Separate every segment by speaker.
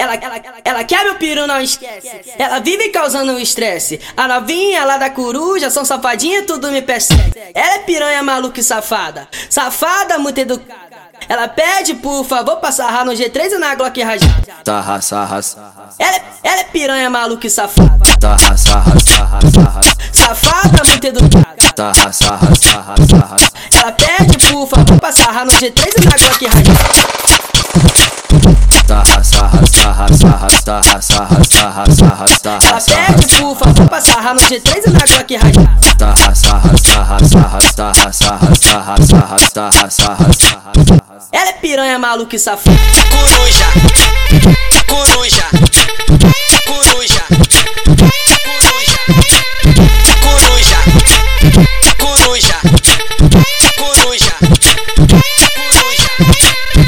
Speaker 1: Ela, ela, ela, ela quer meu piru, não esquece. Ela vive causando um estresse. A novinha lá da coruja, são safadinha, tudo me persegue. Ela é piranha maluca e safada. Safada, muito educada. Ela pede, por favor, pra sarrar no G3 e na Glock rajada.
Speaker 2: Sarra, sarra, sarra,
Speaker 1: Ela, é- ela é piranha maluca e safada.
Speaker 2: sarra, sarra, sarra, sarra,
Speaker 1: Safada, muito educada.
Speaker 2: sarra, sarra, sarra, sarra.
Speaker 1: Ela pede, por favor, pra sarrar no G3 e na Glock rajada.
Speaker 2: Sarra, sarra, sarra, sarra, sarra, sarra, sarra, sarra, sarra,
Speaker 1: Ela pede, por favor, pra sarrar no G3 e na Glock rajada.
Speaker 2: sarra, sarra, sarra, sarra, sarra, sarra, sarra, sarra, sarra, sarra, sarra.
Speaker 1: Ela é piranha maluca e safada.
Speaker 3: Coruja, coruja, coruja, coruja, coruja, coruja, coruja, coruja.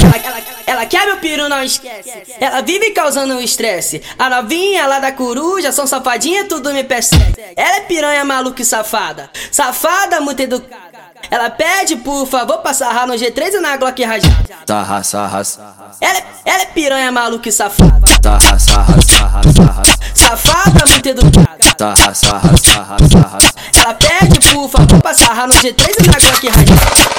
Speaker 1: Ela, ela- ela quer meu piru, não esquece. Ela vive causando um estresse. A novinha lá da coruja, são safadinha, tudo me persegue. Ela é piranha maluca e safada. Safada, muito educada. Ela pede, por favor, pra sarrar no G3 e na Glock rajada.
Speaker 2: Sarra, sarra, sarra,
Speaker 1: Ela, é- ela é piranha maluca e safada.
Speaker 2: sarra, sarra, sarra, sarra,
Speaker 1: Safada, muito educada.
Speaker 2: sarra, sarra, sarra, sarra.
Speaker 1: Ela pede, por favor, pra sarrar no G3 e na Glock rajada.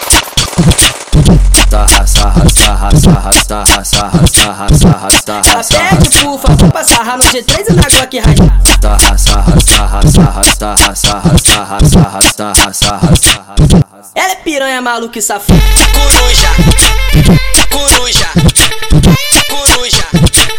Speaker 2: Sarra, sarra, sarra, sarra, sarra, sarra, sarra, sarra, sarra,
Speaker 1: Ela
Speaker 2: sarra.
Speaker 1: pede, por favor, pra sarrar no G3 e na Glock rajada.
Speaker 2: Sarra, sarra, sarra, sarra, sarra, sarra, sarra, sarra, sarra, sarra, sarra.
Speaker 1: Ela é piranha maluca e safada.
Speaker 3: Coruja, coruja, coruja,